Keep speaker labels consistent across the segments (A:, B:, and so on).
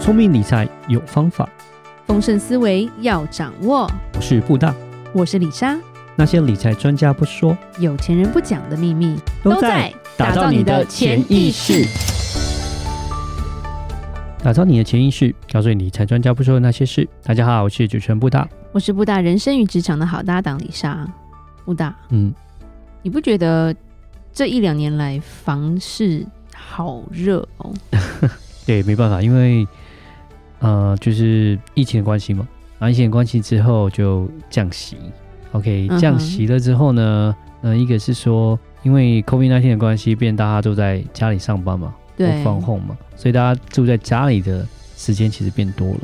A: 聪明理财有方法，
B: 丰盛思维要掌握。
A: 我是布大。
B: 我是李莎，
A: 那些理财专家不说，
B: 有钱人不讲的秘密
A: 打造你的潜意识。。打造你的潜意识，告诉你理财专家不说的那些事。大家好，我是主持人布大。
B: 我是布大人生与职场的好搭档李莎。布大，
A: 嗯，
B: 你不觉得这一两年来房市好热哦？
A: 对，没办法，因为呃，就是疫情的关系嘛，然后疫情的关系之后就降息，OK，
B: 嗯哼
A: 降息了之后呢，呃，一个是说因为 COVID 1 9的关系，变大家都在家里上班嘛，
B: 对，
A: 放控嘛，所以大家住在家里的时间其实变多了。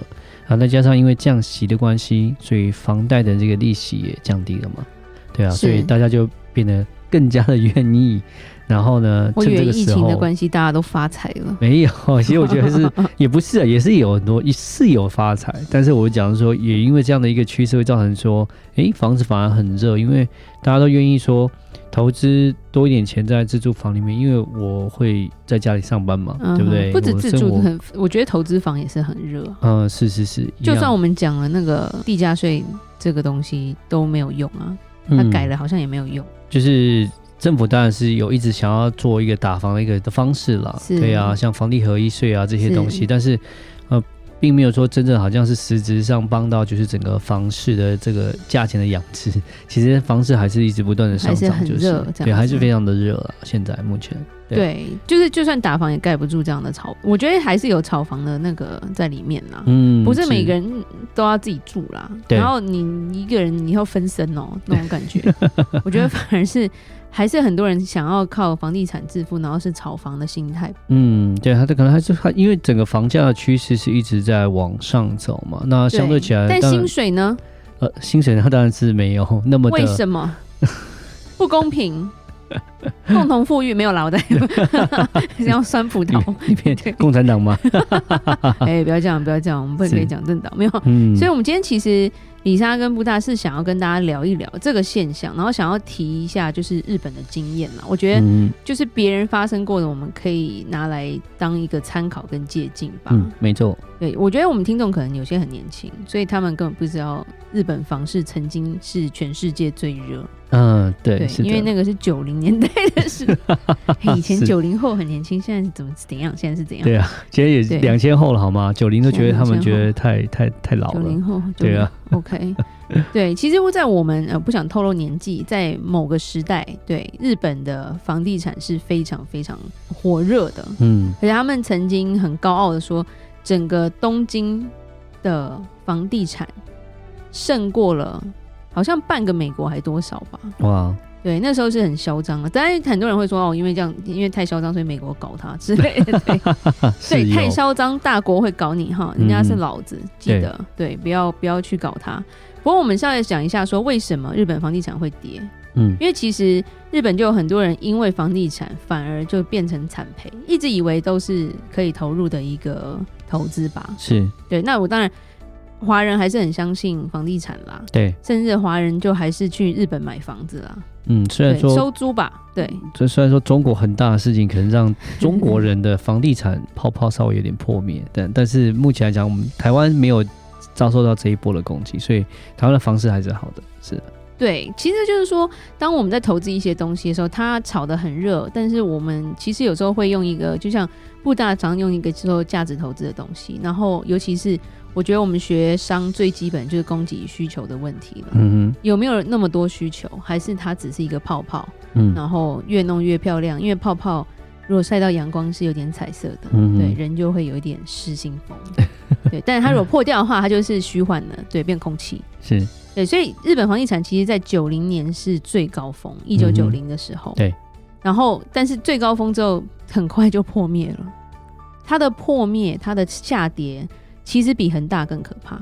A: 然后再加上因为降息的关系，所以房贷的这个利息也降低了嘛，对啊，
B: 是
A: 所以大家就变得更加的愿意。然后呢，
B: 我
A: 趁
B: 以
A: 这
B: 为
A: 个
B: 疫
A: 时
B: 情的
A: 候
B: 关系大家都发财了。
A: 没有， 其实我觉得 是也不是啊，也是有很多也是有发财，但是我讲说也因为这样的一个趋势会造成说，诶，房子反而很热，因为大家都愿意说投资多一点钱在自住房里面，因为我会在家里上班嘛，
B: 嗯哼
A: 对不对？
B: 不止
A: 我
B: 自
A: 生
B: 住
A: 活
B: 的很，我觉得投资房也是很热。
A: 嗯，是是是，一
B: 就
A: 样
B: 算我们讲了那个地价税这个东西都没有用啊，它
A: 嗯
B: 改了好像也没有用。
A: 就是政府当然是有一直想要做一个打房的一个的方式啦，
B: 是
A: 对啊，像房地合一税啊这些
B: 是
A: 东西，但是呃，并没有说真正好像是实质上帮到就是整个房市的这个价钱的养殖， 其实房市还是一直不断的上
B: 还是
A: 涨，
B: 很
A: 就
B: 热
A: 是
B: 这样
A: 对，还
B: 子
A: 是非常的热了，现在目前
B: 对，就是就算打房也盖不住这样的炒，我觉得还是有炒房的那个在里面啦。
A: 嗯，
B: 不是每个人都要自己住啦，
A: 对
B: 然后你一个人你要分身哦、那种感 觉，我觉得反而是还是很多人想要靠房地产致富，然后是炒房的心态。
A: 嗯，对，它的可能还是它，因为整个房价的趋势是一直在往上走嘛，那相对起来，
B: 但
A: 当然
B: 薪水呢？
A: 呃薪水它当然是没有那么的
B: 为 什么不公平？共同富裕没有 啦，我在 要酸葡萄。
A: 里面
B: 对
A: 共产 党吗？
B: 哎、不要这样，不要这样，我们不
A: 是
B: 可以讲政党，没有。
A: 嗯，
B: 所以，我们今天其实李莎跟布大是想要跟大家聊一聊这个现象，然后想要提一下就是日本的经验啦。我觉得
A: 嗯
B: 就是别人发生过的，我们可以拿来当一个参考跟借鉴吧。
A: 嗯，没错，
B: 对，我觉得我们听众可能有些很年轻，所以他们根本不知道日本房市曾经是全世界最热。
A: 嗯，对，
B: 对，
A: 是的，
B: 因为那个是九零年代的事， 嘿以前
A: 是
B: 九零后很年轻，现在是怎么怎样？现在是怎样？
A: 对啊，其实也是
B: 对啊
A: 两千后了，好吗？九零都觉得他们
B: 2000后
A: 觉得太太太老
B: 九
A: 了
B: 零，后，
A: 对啊，
B: OK，对，其实我在我们呃不想透露年纪，在某个时代，对日本的房地产是非常非常火热的，
A: 嗯
B: 而且他们曾经很高傲的说，整个东京的房地产胜过了好像半个美国还多少吧？
A: 嗯哇，
B: 对，那时候是很嚣张的，当然很多人会说哦，因为这样，因为太嚣张，所以美国搞他之类的，对，
A: 是哦
B: 对，
A: 有
B: 太嚣张，大国会搞你哈，人家是老子，记
A: 对
B: 得对，不要不要去搞他。不过我们稍微讲一下，说为什么日本房地产会跌？
A: 嗯
B: 因为其实日本就有很多人因为房地产反而就变成惨赔，一直以为都是可以投入的一个投资吧。
A: 是
B: 对，那我当然华人还是很相信房地产啦，
A: 对，
B: 甚至华人就还是去日本买房子啦，
A: 嗯，虽然
B: 对，
A: 说
B: 收租吧，对，
A: 这虽然说中国很大的事情可能让中国人的房地产泡泡稍微有点破灭， 但但是目前来讲，我们台湾没有遭受到这一波的攻击，所以台湾的房市还是好的，是
B: 对，其实就是说，当我们在投资一些东西的时候，它炒得很热，但是我们其实有时候会用一个，就像布大常用一个说价值投资的东西，然后尤其是我觉得我们学商最基本就是供给与需求的问题了。
A: 嗯
B: 有没有那么多需求，还是它只是一个泡泡，
A: 哼嗯
B: 然后越弄越漂亮？因为泡泡如果晒到阳光是有点彩色的，
A: 嗯
B: 对
A: 哼
B: 人就会有一点失心疯。 对，但是它如果破掉的话，它就是虚幻的，对，变空气。
A: 是
B: 对，所以日本房地产其实在九零年是最高峰，一九九零的时候。
A: 嗯对。
B: 然后，但是最高峰之后很快就破灭了。它的破灭，它的下跌，其实比恒大更可怕。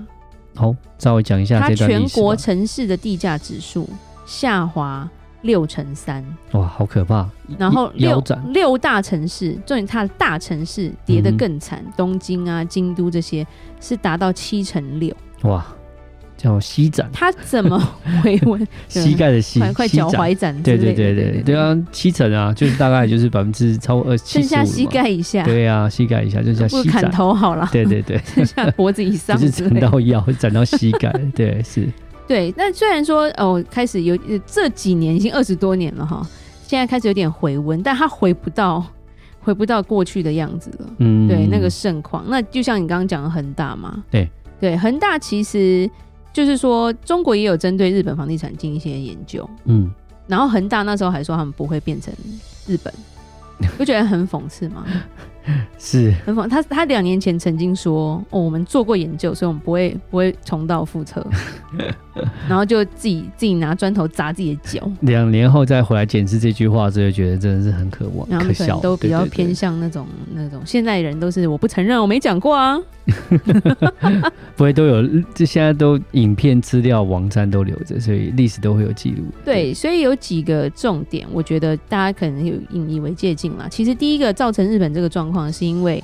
A: 好，稍微讲一下
B: 它
A: 这段
B: 全
A: 历史吧
B: 国城市的地价指数下滑六成三，
A: 哇，好可怕，
B: 然后
A: 腰
B: 六
A: 斩
B: 六大城市，重点它的大城市跌得
A: 嗯哼
B: 更惨，东京啊、京都这些是达到七成六。
A: 哇，叫膝展，
B: 他怎么 回温？
A: 膝盖的膝
B: 快，快
A: 膝
B: 脚
A: 展。
B: 踝展之
A: 对对
B: 类的，
A: 对对对啊，七成啊，就是大概就是百分之超过二七
B: 剩
A: 十
B: 下膝
A: 五嘛。
B: 盖以下，
A: 对啊，膝盖一下就叫
B: 不
A: 膝
B: 如砍
A: 展。
B: 头好了，
A: 对对对，
B: 剩下脖子以上
A: 不是
B: 之
A: 斩
B: 类的。
A: 到腰， 斩到膝盖。对，是
B: 对，那虽然说哦，开始有呃这几年已经二十多年了哈，现在开始有点回温，但他回不到，回不到过去的样子了。
A: 嗯，
B: 对，那个盛况，那就像你刚刚讲的恒大嘛，
A: 对
B: 对，恒大其实就是说中国也有针对日本房地产进行一些研究，
A: 嗯，
B: 然后恒大那时候还说他们不会变成日本，不觉得很讽刺吗？
A: 是
B: 很讽，他他两年前曾经说，哦，我们做过研究，所以我们不会不会重蹈覆 辙，然后就自己自己拿砖头砸自己的脚，
A: 两年后再回来检视这句话，就会觉得真的是很可望
B: 然
A: 可
B: 后他们可
A: 笑，
B: 能都比
A: 对
B: 较
A: 对对
B: 偏向那种那种，现在人都是我不承认，我没讲过啊，
A: 不会都有，这现在都影片资料网站都留着，所以历史都会有记录。
B: 对，所以有几个重点，我觉得大家可能有引以为借鉴啦。其实第一个造成日本这个状况，是因为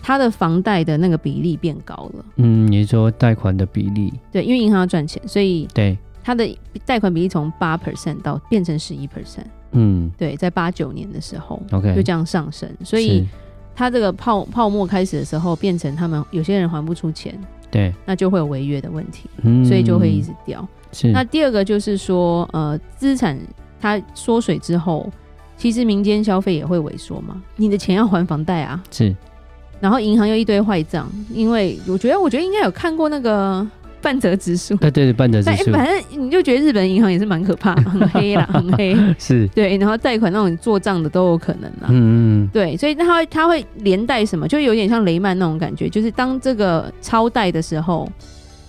B: 它的房贷的那个比例变高了，
A: 嗯，你说贷款的比例，
B: 对，因为银行要赚钱，所以
A: 对，
B: 它的贷款比例从八 percent 到变成十一 percent，
A: 嗯
B: 对，在八九年的时候
A: ，OK，
B: 就这样上升，所以它这个泡泡沫开始的时候，变成他们有些人还不出钱，
A: 是对，
B: 那就会有违约的问题，
A: 嗯
B: 所以就会一直掉。
A: 是
B: 那第二个就是说，呃，资产它缩水之后，其实民间消费也会萎缩嘛，你的钱要还房贷啊，
A: 是
B: 然后银行又一堆坏账，因为我觉得，我觉得应该有看过那个半折指数，
A: 呃，对对，半折指
B: 但、
A: 数
B: 哎反正你就觉得日本银行也是蛮可怕，很黑啦，很黑，
A: 是，
B: 对，然后贷款那种做账的都有可能啦。
A: 嗯嗯
B: 对，所以它会它会连带什么，就有点像雷曼那种感觉，就是当这个超贷的时候，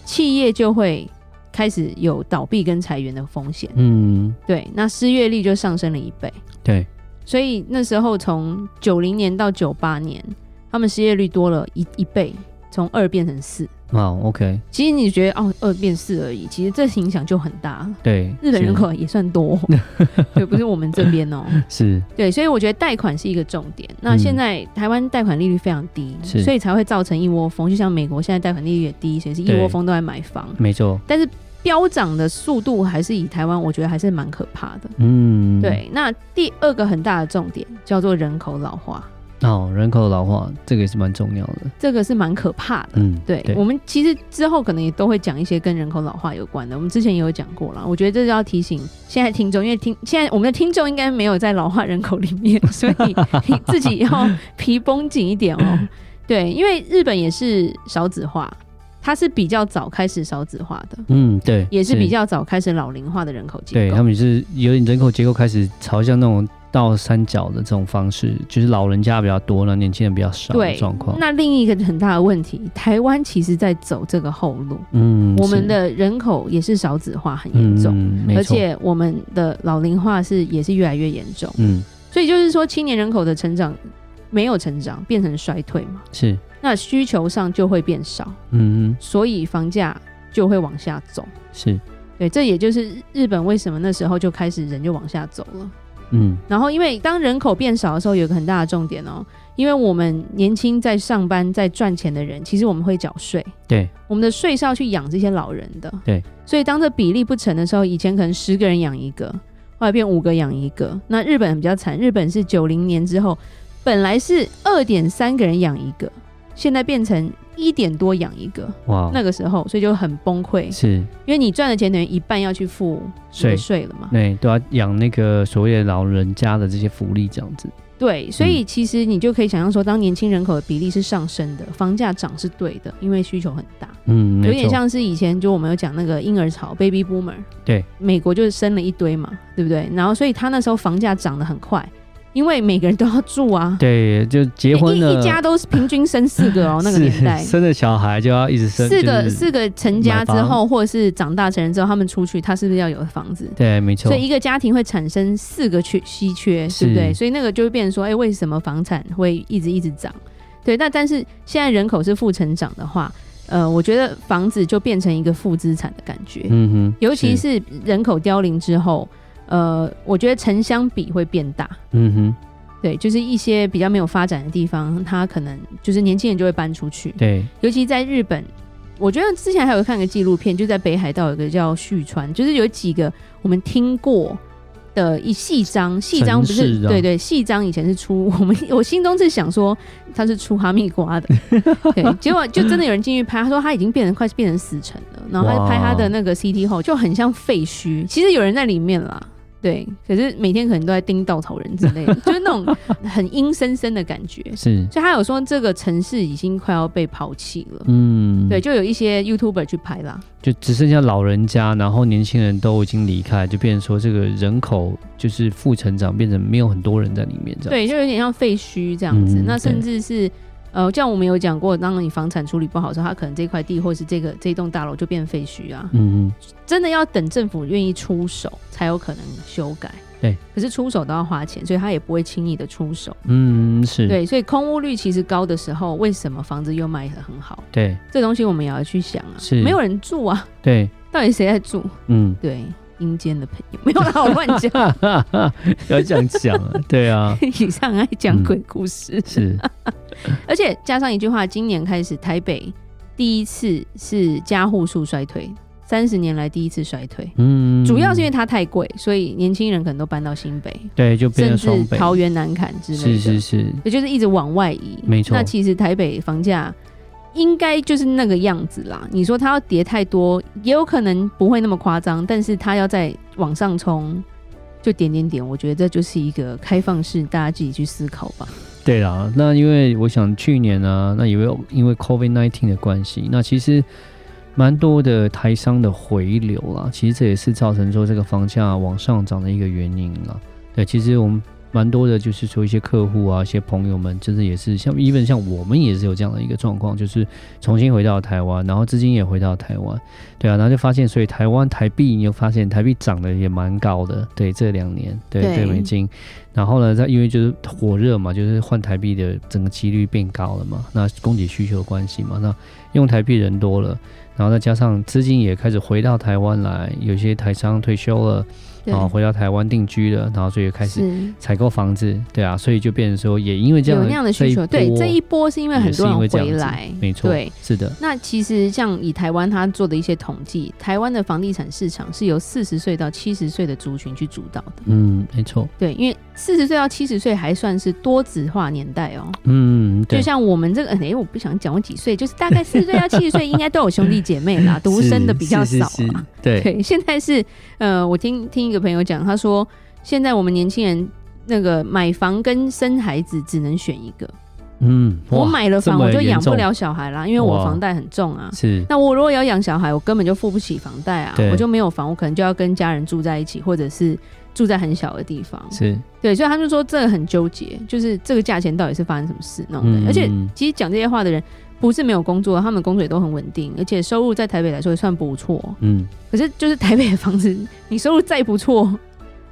B: 企业就会开始有倒闭跟裁员的风险。
A: 嗯，
B: 对，那失业率就上升了一倍。
A: 对，
B: 所以那时候从九零年到九八年，他们失业率多了一一倍，从二变成四。
A: 好，OK，
B: 其实你觉得哦，二变四而已，其实这影响就很大。
A: 对，
B: 日本
A: 是
B: 人口也算多， 对，不是我们这边哦。
A: 是
B: 对，所以我觉得贷款是一个重点。那
A: 嗯
B: 现在台湾贷款利率非常低，
A: 是
B: 所以才会造成一窝蜂。就像美国现在贷款利率也低，所以是一
A: 对
B: 窝蜂都在买房，
A: 没错，
B: 但是飙涨的速度还是以台湾，我觉得还是蛮可怕的。
A: 嗯，，
B: 对，那第二个很大的重点叫做人口老化，
A: 哦，人口老化这个也是蛮重要的，
B: 这个是蛮可怕的。
A: 嗯，
B: 对我们其实之后可能也都会讲一些跟人口老化有关的，我们之前也有讲过啦。我觉得这是要提醒现在听众，因为听现在我们的听众应该没有在老化人口里面， 所以你 自己要皮绷紧一点哦。对，因为日本也是少子化，它是比较早开始少子化的，
A: 嗯，对，
B: 也是比较早开始老龄化的人口结
A: 对
B: 构
A: 他。们是有点人口结构开始朝向那种倒三角的这种方式，就是老人家比较多，那年轻人比较少的
B: 对
A: 状况。
B: 那另一个很大的问题，台湾其实在走这个后路，
A: 嗯
B: 我们
A: 是
B: 的人口也是少子化很严
A: 嗯
B: 重，
A: 嗯没
B: 而
A: 错
B: 且我们的老龄化是也是越来越严重，
A: 嗯
B: 所以就是说青年人口的成长没有成长，变成衰退嘛，
A: 是
B: 那需求上就会变少，
A: 嗯
B: 所以房价就会往下走。
A: 是
B: 对，这也就是日日本为什么那时候就开始人就往下走了。
A: 嗯
B: 然后，因为当人口变少的时候，有一个很大的重点哦，因为我们年轻在上班在赚钱的人，其实我们会缴税，
A: 对，
B: 我们的税是要去养这些老人的，
A: 对。
B: 所以当这比例不成的时候，以前可能十个人养一个，后来变五个养一个。那日本比较惨，日本是九零年之后，本来是二点三个人养一个，现在变成一点多养一个。
A: 哇
B: 那个时候，所以就很崩溃，
A: 是
B: 因为你赚的钱等于一半要去付你
A: 税
B: 的税了嘛。
A: 对都要养那个所谓的老人家的这些福利这样子。
B: 对，所
A: 嗯
B: 以其实你就可以想象说，当年轻人口的比例是上升的，房价涨是对的，因为需求很大，
A: 嗯，没
B: 有点
A: 错
B: 像是以前就我们有讲那个婴儿潮 （baby boomer），
A: 对，
B: 美国就是生了一堆嘛，对不对？然后所以他那时候房价涨得很快，因为每个人都要住啊，
A: 对，就结婚
B: 一
A: 了
B: 一家都是平均生四 个哦，那个
A: 是
B: 年代。
A: 生了小孩就要一直生，
B: 四
A: 就
B: 个
A: 是
B: 四个成家之
A: 买
B: 后，
A: 房
B: 或者是长大成人之后，他们出去，他是不是要有房子？
A: 对，没错
B: 所，以一个家庭会产生四个缺稀缺，对不对？
A: 是
B: 所以那个就会变成说，哎、为什么房产会一直一直涨？对，那但是现在人口是负成长的话，呃，我觉得房子就变成一个负资产的感觉，
A: 嗯哼，
B: 尤其是人口凋零之后，呃，我觉得城乡比会变大。
A: 嗯哼，
B: 对，就是一些比较没有发展的地方，它可能就是年轻人就会搬出去，
A: 对，
B: 尤其在日本，我觉得之前还有看个纪录片，就在北海道有个叫旭川，就是有几个我们听过的一细章，细章不
A: 城
B: 是
A: 市啊
B: 对对，细章以前是出我们我心中是想说他是出哈密瓜 的，对，结果就真的有人进去拍，他说他已经变成快变成死城了，然后他就拍他的那个 CT 后就很像废墟，其实有人在里面啦。对，可是每天可能都在盯稻草人之类的，就是那种很阴森森的感觉。
A: 是，
B: 所以他有说这个城市已经快要被抛弃了。
A: 嗯，
B: 对，，就有一些 YouTuber 去拍啦。
A: 就只剩下老人家，然后年轻人都已经离开，就变成说这个人口就是负成长，变成没有很多人在里面这样。
B: 对，就有点像废墟这样子。
A: 嗯
B: 那甚至是呃，像我们有讲过，当你房产处理不好的时候，它可能这块地或是这个这栋大楼就变废墟啊。
A: 嗯，嗯，
B: 真的要等政府愿意出手，才有可能修改。
A: 对，
B: 可是出手都要花钱，所以他也不会轻易的出手。
A: 嗯，是，
B: 对，所以空屋率其实高的时候，为什么房子又卖得很好？
A: 对
B: 这东西我们也要去想啊。
A: 是
B: 没有人住啊，
A: 对，
B: 到底谁在住？
A: 嗯，
B: 对，阴间的朋友没有啦，我乱讲。
A: 哈哈哈，要这样讲啊，对啊，
B: 以上爱讲鬼故事，
A: 是，
B: 而且加上一句话，今年开始台北第一次是加户数衰退，三十年来第一次衰退，
A: 嗯，
B: 主要是因为它太贵，所以年轻人可能都搬到新北，
A: 对，就嗯变成
B: 甚至
A: 双北，
B: 桃园南坎之类的，
A: 是是是，
B: 也就是一直往外移。
A: 没错
B: 那其实台北房价。应该就是那个样子啦。你说它要跌太多，也有可能不会那么夸张，但是它要再往上冲，就点点点。我觉得这就是一个开放式，大家自己去思考吧。
A: 对啦，那因为我想去年呢、那也为因为 COVID 1 9的关系，那其实蛮多的台商的回流啦，其实这也是造成说这个房价往上涨的一个原因啦。对，其实我们蛮多的，就是说一些客户啊，一些朋友们，真的也是像 even 像我们也是有这样的一个状况，就是重新回到台湾，然后资金也回到台湾，对啊，然后就发现，所以台湾台币，你又发现台币涨得也蛮高的，对，这两年对
B: 对
A: 对美金，然后呢，它因为就是火热嘛，就是换台币的整个几率变高了嘛，那供给需求的关系嘛，那用台币人多了，然后再加上资金也开始回到台湾来，有些台商退休了，
B: 对
A: 然后回到台湾定居了，然后所以哦开始
B: 是
A: 采购房子，对啊，所以就变成说，也因为这样
B: 有那样的需求，对这一波是因为很多人回来，
A: 没错，
B: 对，
A: 是的，
B: 那其实像以台湾他做的一些统计，台湾的房地产市场是由四十岁到七十岁的族群去主导的。
A: 嗯，没错，
B: 对，因为四十岁到七十岁还算是多子化年代哦、
A: 嗯，
B: 就
A: 对，
B: 像我们这个，哎、我不想讲我几岁，就是大概四十岁到七十岁应该都有兄弟姐 妹啦，独生的比较
A: 是
B: 少、啊。
A: 是是对，
B: 对，现在是呃，我听听一个朋友讲，他说现在我们年轻人那个买房跟生孩子只能选一个。
A: 嗯，
B: 我
A: 哇
B: 买了
A: 这
B: 房，
A: 么
B: 我就养不
A: 严
B: 了小孩啦，因为我
A: 哇
B: 房贷很重啊。
A: 是，
B: 那我如果要养小孩，我根本就付不起房贷啊
A: 对，
B: 我就没有房，我可能就要跟家人住在一起，或者是住在很小的地方。
A: 是，
B: 对，所以他就说这个很纠结，就是这个价钱到底是发生什么事那种的。
A: 嗯
B: 而且其实讲这些话的人不是没有工作，他们工作也都很稳定，而且收入在台北来说也算不错。
A: 嗯，
B: 可是就是台北的房子， 你收入再不错，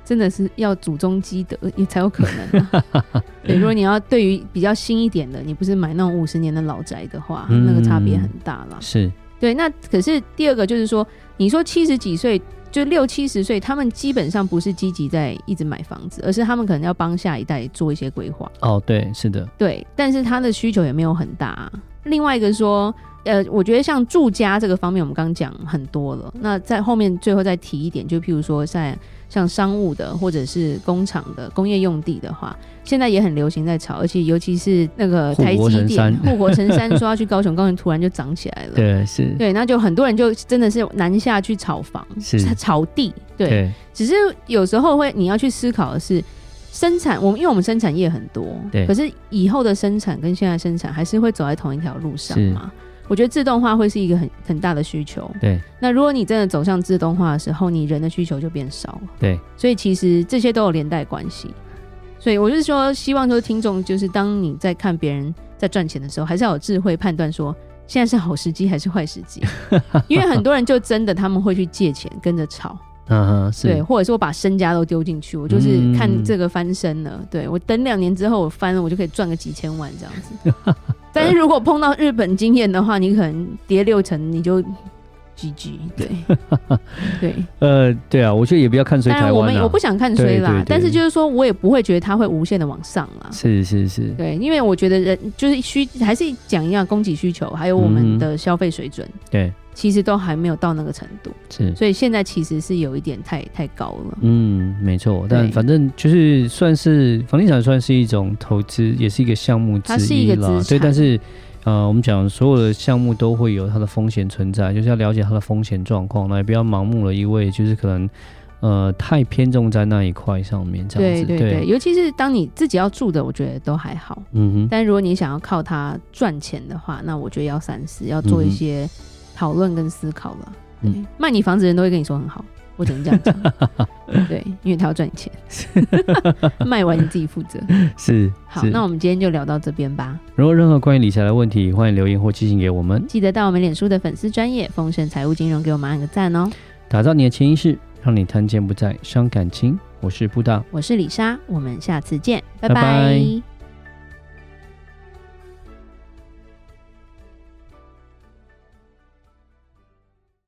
B: 真的是要祖宗积德也才有可能、啊。对，如果你要对于比较新一点的，你不是买那种五十年的老宅的话，
A: 嗯
B: 那个差别很大啦。
A: 是，
B: 对，那可是第二个就是说，你说七十几岁。就六七十岁，他们基本上不是积极在一直买房子，而是他们可能要帮下一代做一些规划。
A: 哦，对，是的，
B: 对，但是他的需求也没有很大、啊。另外一个说，呃，我觉得像住家这个方面，我们刚刚讲很多了。那在后面最后再提一点，就譬如说在像商务的或者是工厂的工业用地的话，现在也很流行在炒，而且尤其是那个
A: 护
B: 台
A: 国
B: 积
A: 神
B: 电
A: 山
B: 护国神山说要去高雄，高雄突然就涨起来了。
A: 对，是，
B: 对，那就很多人就真的是南下去炒房、
A: 是
B: 炒地，对，
A: 对，
B: 只是有时候会你要去思考的是，生产我们因为我们生产业很多，
A: 对
B: 可是以后的生产跟现在生产还是会走在同一条路上嘛？我觉得自动化会是一个很很大的需求。
A: 对，
B: 那如果你真的走向自动化的时候，你人的需求就变少了。
A: 对，
B: 所以其实这些都有连带关系。所以我是说，希望说听众就是当你在看别人在赚钱的时候，还是要有智慧判断说现在是好时机还是坏时 机，因为很多人就真的他们会去借钱跟着炒。
A: 嗯哼，是，
B: 对，或者说把身家都丢进去，我就是
A: 嗯
B: 看这个翻身了。对我等两年之后我翻了，我就可以赚个几千万这样 子。但是如果碰到日本经验的话，你可能跌六成，你就 GG，对 对。
A: 呃，对啊，我觉得也不要看衰
B: 当
A: 台
B: 然，我
A: 湾
B: 们
A: 啊
B: 我不，想看衰
A: 对
B: 啦
A: 对对，
B: 但是就是说我也不会觉得它会无限的往上啦。
A: 是是是，
B: 对，因为我觉得人就是需还是讲一样供给需求，还有我
A: 嗯
B: 们的消费水准，
A: 对，
B: 其实都还没有到那个程度，
A: 是。
B: 所以现在其实是有一点太太高了。
A: 嗯，没错，
B: 对
A: 但反正就是算是房地产，算是一种投资，也是一个项目之
B: 它是
A: 一
B: 一个
A: 啦。
B: 资
A: 对，但
B: 产
A: 是呃，我们讲所有的项目都会有它的风险存在，就是要了解它的风险状况，那也不要盲目了，因为就是可能呃太偏重在那一块上面这样
B: 对
A: 子。
B: 对对，尤其是当你自己要住的，我觉得都还好。
A: 嗯哼，
B: 但如果你想要靠它赚钱的话，那我觉得要三思，要做
A: 嗯
B: 一
A: 哼
B: 些讨论跟思考了。对，
A: 嗯
B: 卖你房子的人都会跟你说 很好，我只能这样讲。对，因为他要赚钱，卖完你自己负 责。
A: 是
B: 好，
A: 是
B: 那我们今天就聊到这边吧。
A: 如果任何关于理财的问题，欢迎留言或寄信给我们，
B: 记得到我们脸书的粉丝专业丰盛财务金融给我们按个赞哦。
A: 打造你的潜意识，让你贪钱不再伤感情。我是布大，
B: 我是李莎，我们下次见，
A: 拜
B: 拜
A: 拜
B: 拜